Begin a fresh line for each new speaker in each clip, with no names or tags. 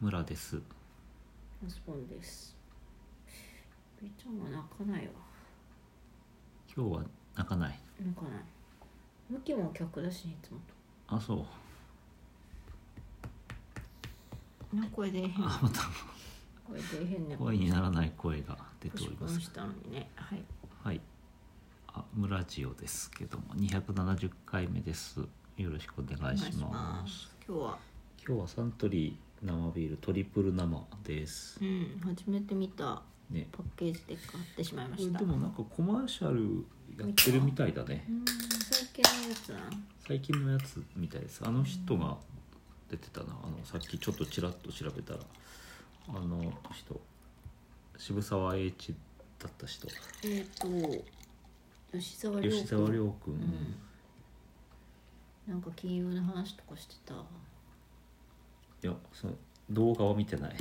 村です
マスボンですゆいちゃんは泣かないわ
今日は泣かない
泣かない向きも逆だしねいつも
あそう
とな声出えへん
あまた
声出えへんね
声にならない声が出て
腰
おり
ポ
ま
ン
す
したのにねはい
はいあ村ジオですけども270回目ですよろしくお願いします
お願いしま今日は
今日はサントリー生ビールトリプル生です
うん初めて見た
ね
パッケージで買ってしまいま
これ
した
で
うん
もなんかコマーシャルやってるみたいだね
最近のやつな
最近のやつみたいですあの人が出てたなあのさっきちょっとちらっと調べたらあの人渋沢栄一だった人
えっ、と吉沢亮君
吉沢亮君、
うんなんか金融の話とかしてた
いやその動画は見てない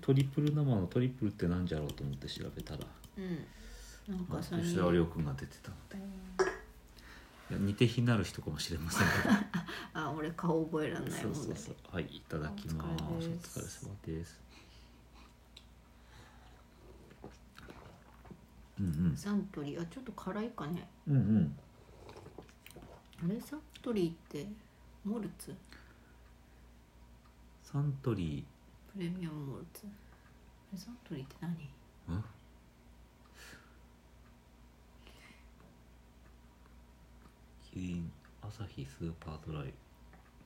トリプル生のトリプルってなんじゃろうと思って調べたら
うんなんかさ
吉沢亮君が出てたのでいや似て非なる人かもしれません けど
あ俺顔覚えらんない
そ
もん
う
だ
そうそうはいいただきますお
お
疲
疲れ
れ
です
様ですうん
サントリーあちょっと辛いかね
うんうんうん
あれサントリーってモルツ
サントリ
プレミアムモルツあれサントリーって何
ーんキリン朝日スーパードライ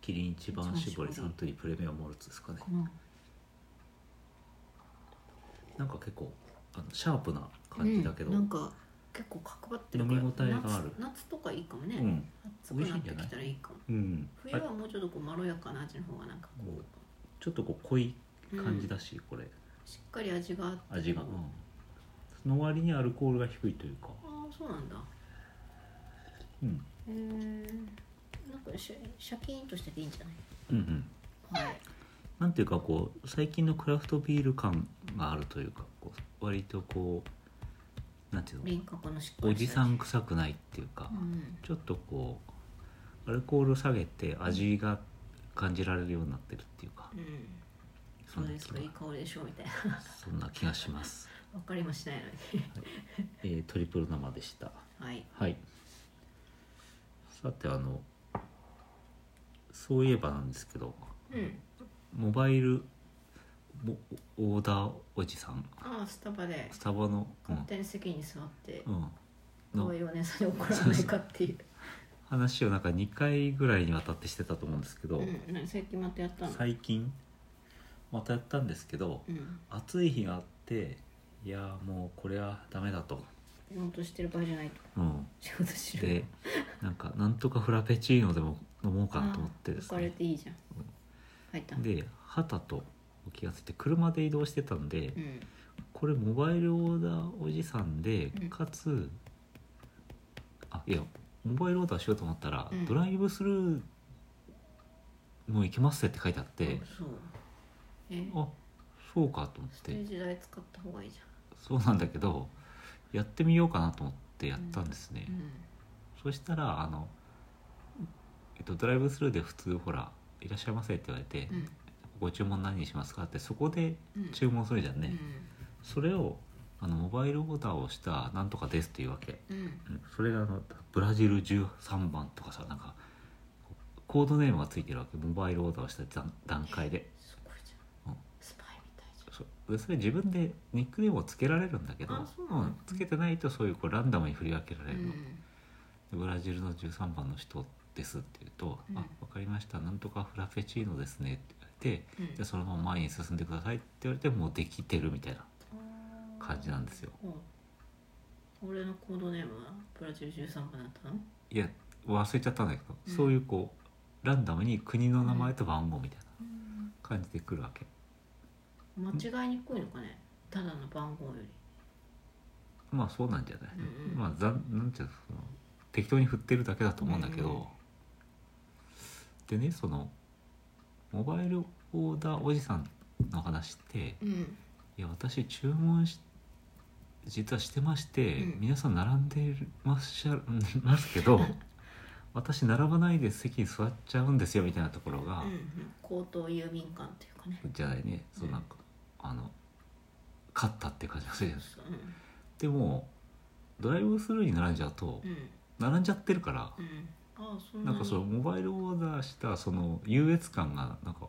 キリン一番搾り
一番搾り
サントリープレミアムモルツですかね
かな
なんか結構あのシャープな感じだけど、
う
うん
なんんか結構角張ってるから
飲み応えがある
夏夏とかいいかもね、
うん
暑くなってきたらいいかも冬
あ
はもうちょっとこうまろやかな味の方がなんかこ、
こうちょっとこう濃いう感じ
だ
だし、これ
しっかり味があって
味が、
あ
その割にアルコールが低いというか、
あそうなんだ
うん、
へえなんかシャシャキーンとしてていいんじゃな
うんうん
いはい
なんていうかこう最近のクラフトビール感があるというかこう割とこうなんていうの
輪郭のしっか
お
り
じ
した
さ
味
ん臭くないっていうか、
うん
ちょっとこうアルコールを下げて味が感じられるようになってるっていうか、
うん
そ
そ
ん
う
な
で
気
すかいい
が
香りでしょみたいな
そんな気がします、
わかりもしないのに
えートリプル生でした
はい
はい。さてあのそういえばなんですけど、
うん
モバイルもオーダーおじさん、
ああスタバで
スタバの、うん
勝手に席に座って
うん
可
の
愛いお姉さんに怒らないかっていう
話をなんか2回ぐらいにわたってしてたと思うんですけど、
うん何最近またやったの
最近またやったんですけど、
うん
暑い日があっていやーもうこれはダメだと。
仕事してる場合じゃないと
うん、
仕事しろ
でなんかなんとかフラペチーノでも飲もうかなと思ってです
置かれ
ね。
ていいじゃん入った
で旗と置き合わせて車で移動してたんで、
うん
これモバイルオーダーおじさんで、
うん
かつあいやモバイルオーダーしようと思ったら、
うん
ドライブスルーも行けますって書いてあって、
あそうえ
あそうかと思
ス
っ
テ
て
ージ代使った方がいいじ
そうなんだけどやってみようかなと思ってやったんですね、
ゃんうん
そしたらあの、えっと、ドライブスルーで普通ほら「いらっしゃいませ」って言われて、
うん
ご注文何にしますか?」ってそこで
うん
注文するじゃんね、
う
それをあのモバイルオーダーをしたなんとかですっていうわけ、
んうん
うんそれがあのブラジル13番とかさなんかコードネームがついてるわけモバイルオーダーをした段段階です
ごいじ
う
ゃ
ん
んスパイみたいじ
そうでそれ自分でニックネームをつけられるんだけど
あそうなの
んつけてないとそういうこうランダムに振り分けら
ゃ
れ
ん
るの、
う
で
ん
ブラジルの13番の人ですって言うと「
うん
あわかりましたなんとかフラペチーノですね」って言われて
う
で
ん
そのまま前に進んでくださいって言われてもうできてるみたいな感じなんですよ
うん俺のコードネームはブラジル13番だったの
いや忘れちゃったんだけど、
うん
そういうこうランダムに国の名前と番号みたいな
間
感じで来るわけ、
違いにくいのかねただの番号より
まあそうなんじゃない、
うんうん
まあざんなんていうのその適当に振ってるだけだと思うんだけど、でねそのモバイルオーダーおじさんの話って
うん
いや私注文し実はしてまして、
うん
皆さん並んでいらっしゃるますけど私並ばないで席に座っちゃうんですよみたいなところが、
うんうん、高等郵便館というかね
じゃないねそうなんか、あの勝ったって感じがするじゃないですか
そうう
でもドライブスルーに並んじゃうと、
んうん
並んじゃってるから、
うんああそんな
なん
に
かそのモバイルオーダーしたその優越感がなんか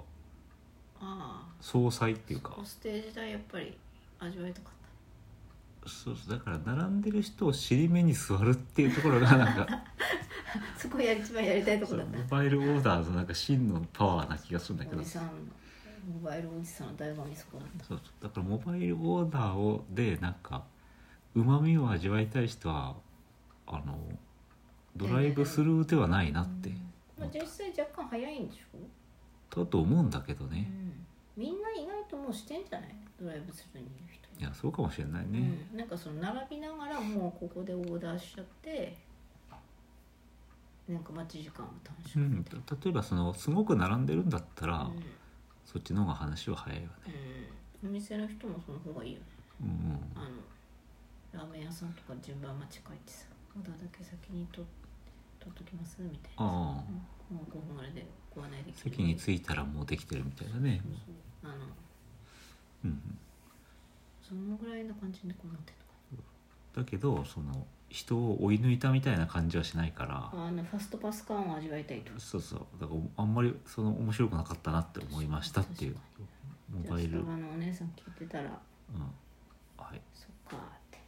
ああ
総裁っていうか
そのステージ代やっぱり味わいたかっ
そうそうだから並んでる人を尻目に座るっていうところがなんか
た そこや一番やりたいとこ
そう
だ
モ
った
バイルオーダーのなんか真のパワーな気がするんだけ
お
ど
じさんモバイルおじさんの醍醐味そこだった
そうそうだからモバイルオーダーをでなんかうまみを味わいたい人はあのドライブスルーではないなって
まあ、実際若干早いんでしょ、
だと思うんだけど
う
ね
ん、みんな意外ともうしてんじゃないドライブスルーにいる人
いやそうかもしれないね、
うん、なんかその並びながらもうここでオーダーしちゃってなんか待ち時間を短
う
縮み
ん、
た
た
い
例えばそのすごく並んでるんだったら、
な、うん
そっちの方が話は早いわね、
うんお店の人もその方がいいよね
うんうん
あのラーメン屋さんとか順番待ち書いてさオーダーだけ先にと取っときますみたいなさ
ああ
うんもう5分ぐらいでご案内できる
席に着いたらもうできてるみたいなね
そうそうあの
うんうん
そのぐらいの感じでこうなってる
だけどその人を追い抜いたみたいな感じはしないから
のかあのファストパス感を味わいたいと
そうそうだからあんまりその面白くなかったなって思いましたっていう
確
モバイ
じゃ
ル、
あ
うん
スタ、バのお姉さん聞いてたら
はい
そっかーって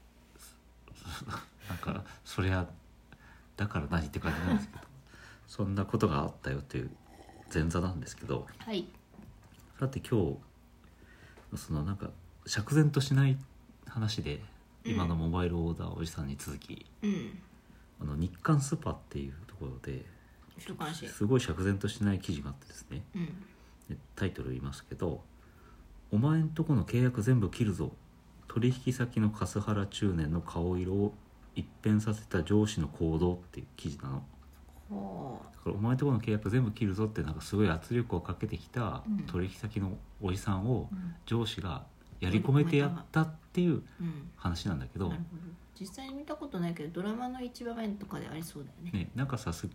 なんかそりゃだから何って感じなんですけどそんなことがあったよという前座なんですけど
はい
さて今日そのなんか釈然としない話で
うん
今のモバイルオーダーおじさんに続き、
うん
あの日刊スーパーっていうところで
一関心
すごい釈然としない記事があってですね
うん
でタイトル言いますけど「お前んとこの契約全部切るぞ取引先のカスハラ中年の顔色を一変させた上司の行動」っていう記事なの
ほ
だから「お前んとこの契約全部切るぞ」ってなんかすごい圧力をかけてきた
うん
取引先のおじさんを
ううん
上司がやり込めてやったっていう
うん
話なんだけど
なるほど実際に見たことないけどドラマの一場面とかでありそうだよね
ねなんかさす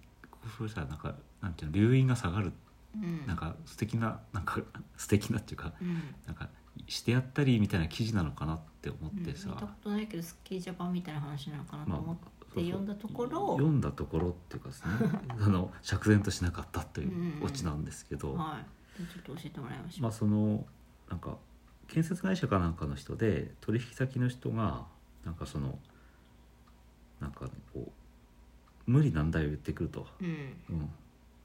そうしたらなんかなんていうの留飲が下がる
うん
なんか素敵ななんか素敵なっていうか
うん
なんかしてやったりみたいな記事なのかなって思
うん
っ
見
て
た
さ、
ことないけどスッキージャパンみたいな話なのかなと
まあ
思っ
そうそう
読んだところ
読んだところっていうか ですねあの釈然としなかったとい
うんうん
うオチなんですけど、
てはいちょっと教えてもらいましょ
ま
う
あそのなんか建設会社かなんかの人で取引先の人がなんかそのなんかねこう無理難題を言ってくると、
うん
うん、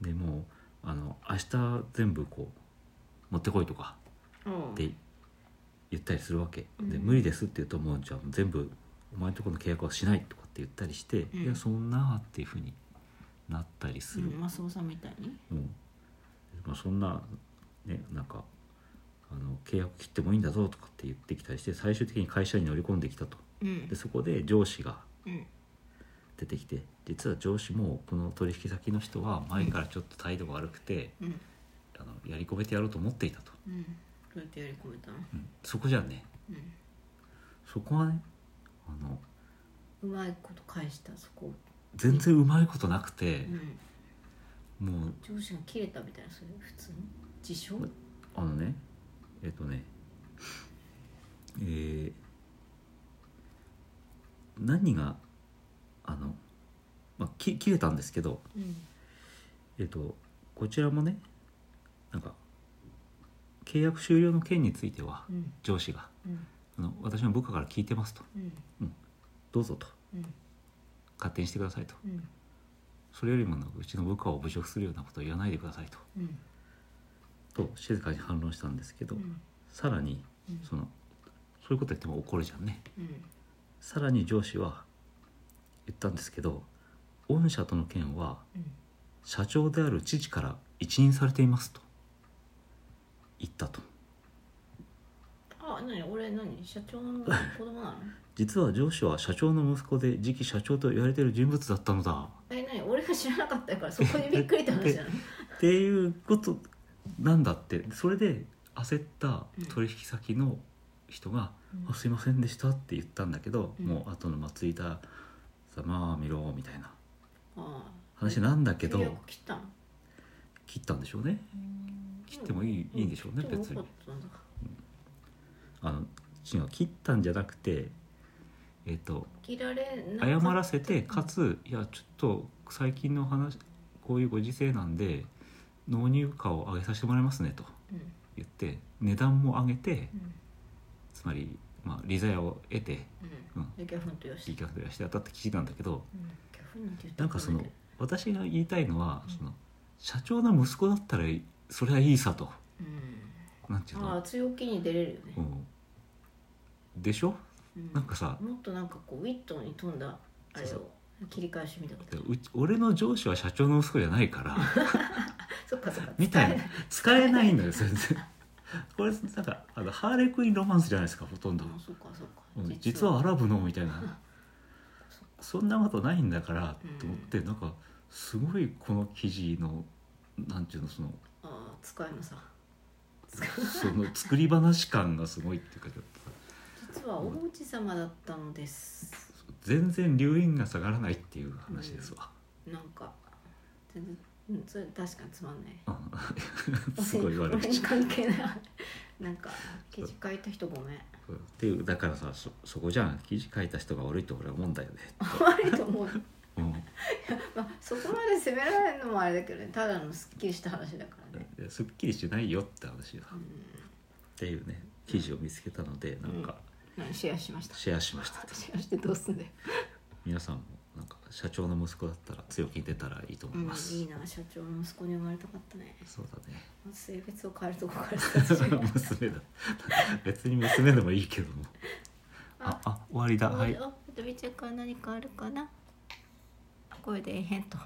でもうあの明日全部こう持ってこいとか
うん
って言ったりするわけ、
うん
で無理ですって言うともうじゃあ全部お前のとこの契約はしないとかって言ったりして、
うん
いやそんなっていうふうになったりす
う
る、
んマスオさんみたいに
うんまあ、そんなねなんかあの契約切ってもいいんだぞとかって言ってきたりして最終的に会社に乗り込んできたと
うん
でそこで上司が
うん
出てきて実は上司もこの取引先の人は前からちょっと態度が悪くて、
うん
あのやりこめてやろうと思っていたと、
うんどうやってやり込めたの
うんそこじゃね
うん
そこはねあの
うまいこと返したそこ
全然うまいことなく
う
て、
ん
もう
上司が切れたみたいなそれ普通の自称
まあのねえっとねえー何があの、まあ、き切れたんですけど
うん
えっとこちらもねなんか契約終了の件については
うん
上司が
うん
あの私の部下から聞いてますと
うん
どうぞと
うん
勝手にしてくださいと
うん
それよりもなんかうちの部下を侮辱するようなことを言わないでくださいと
うん
と静かに反論したんですけど、
うん
さらに
うん
そのそういうこと言っても怒るじゃんね
うん
さらに上司は言ったんですけど御社との件は
うん
社長である父から一任されていますと言ったと
あ、なに俺何社長の子供なの
実は上司は社長の息子で次期社長と言われている人物だったのだ
え、なに俺が知らなかったからそこでびっくりって話じゃない
っていうことなんだってそれで焦った取引先の人が「 あすいませんでした」って言ったんだけど、
うん
もう後の松井田様は見ろみたいな
ああ
話なんだけど
契約切ったの
切ったんでしょうね切ってもいい,、いいんでしょうね別に
よかったんだ
あの違う切ったんじゃなくてえっ、と
切られな
謝らせてかついやちょっと最近の話こういうご時世なんで納入価を上げさせてもらいますねと
うん
言って値段も上げて
うん
つまり、まあ、利ざやを得て
う
うんん
でギャフンとよし
いい客として当たって聞いたんだけど
うんギャフンなんて言った
なん
こ
か
と
そ
い
の
けど
私が言いたいのは
うん
その社長の息子だったらそれはいいさとなんていう
うんああ
の、
強気に出れるよね
うん、でしょ
うん
なんかさ
もっとなんかこうウィットに富んだあれ
そう
を切り返しみたいな
でうち俺の上司は社長の息子じゃない から
そっかそっか
みたいな
伝
使えないんだよ全然 これなんかあのハーレクインロマンスじゃないですかほとん
え
ど
ないあそっかそっか
うん実はアラブのみたいなそんなことないんだからと思ってなんかすごいこの記事のなんていうのその
ああ使いのさ
その作り話感がすごいっていうかちょっと
実は王子様だったのです
全然留飲が下がらないっていう話ですわ、
なんか全然うんそれ確かにつまんない
うん すごい言われ
俺
て
に関係ない なんか記事書いた人ごめん
っていうだからさそそこじゃん記事書いた人が悪いと俺は思うんだよね、
悪いと思う、
うん
まあ、そこまで責められるのもあれだけどねただのすっきりした話だからね、
いやすっきりしてないよって話だ、
う
っ
ん
ていうね記事を見つけたのでなんか
うん、シェアしました
シェアしました、
シェアしてどうすんだよ、
皆さんもなんか社長の息子だったら強気に出たらいいと思
う
い
ん、
ます、
いいな社長の息子に生まれたかったね
そうだね
まず性別を変えるとこからスタートしよう
娘だ別に娘でもいいけどもあ あ終わりだはい
お、ちょっと美ちゃんから何かあるかな声でえへんと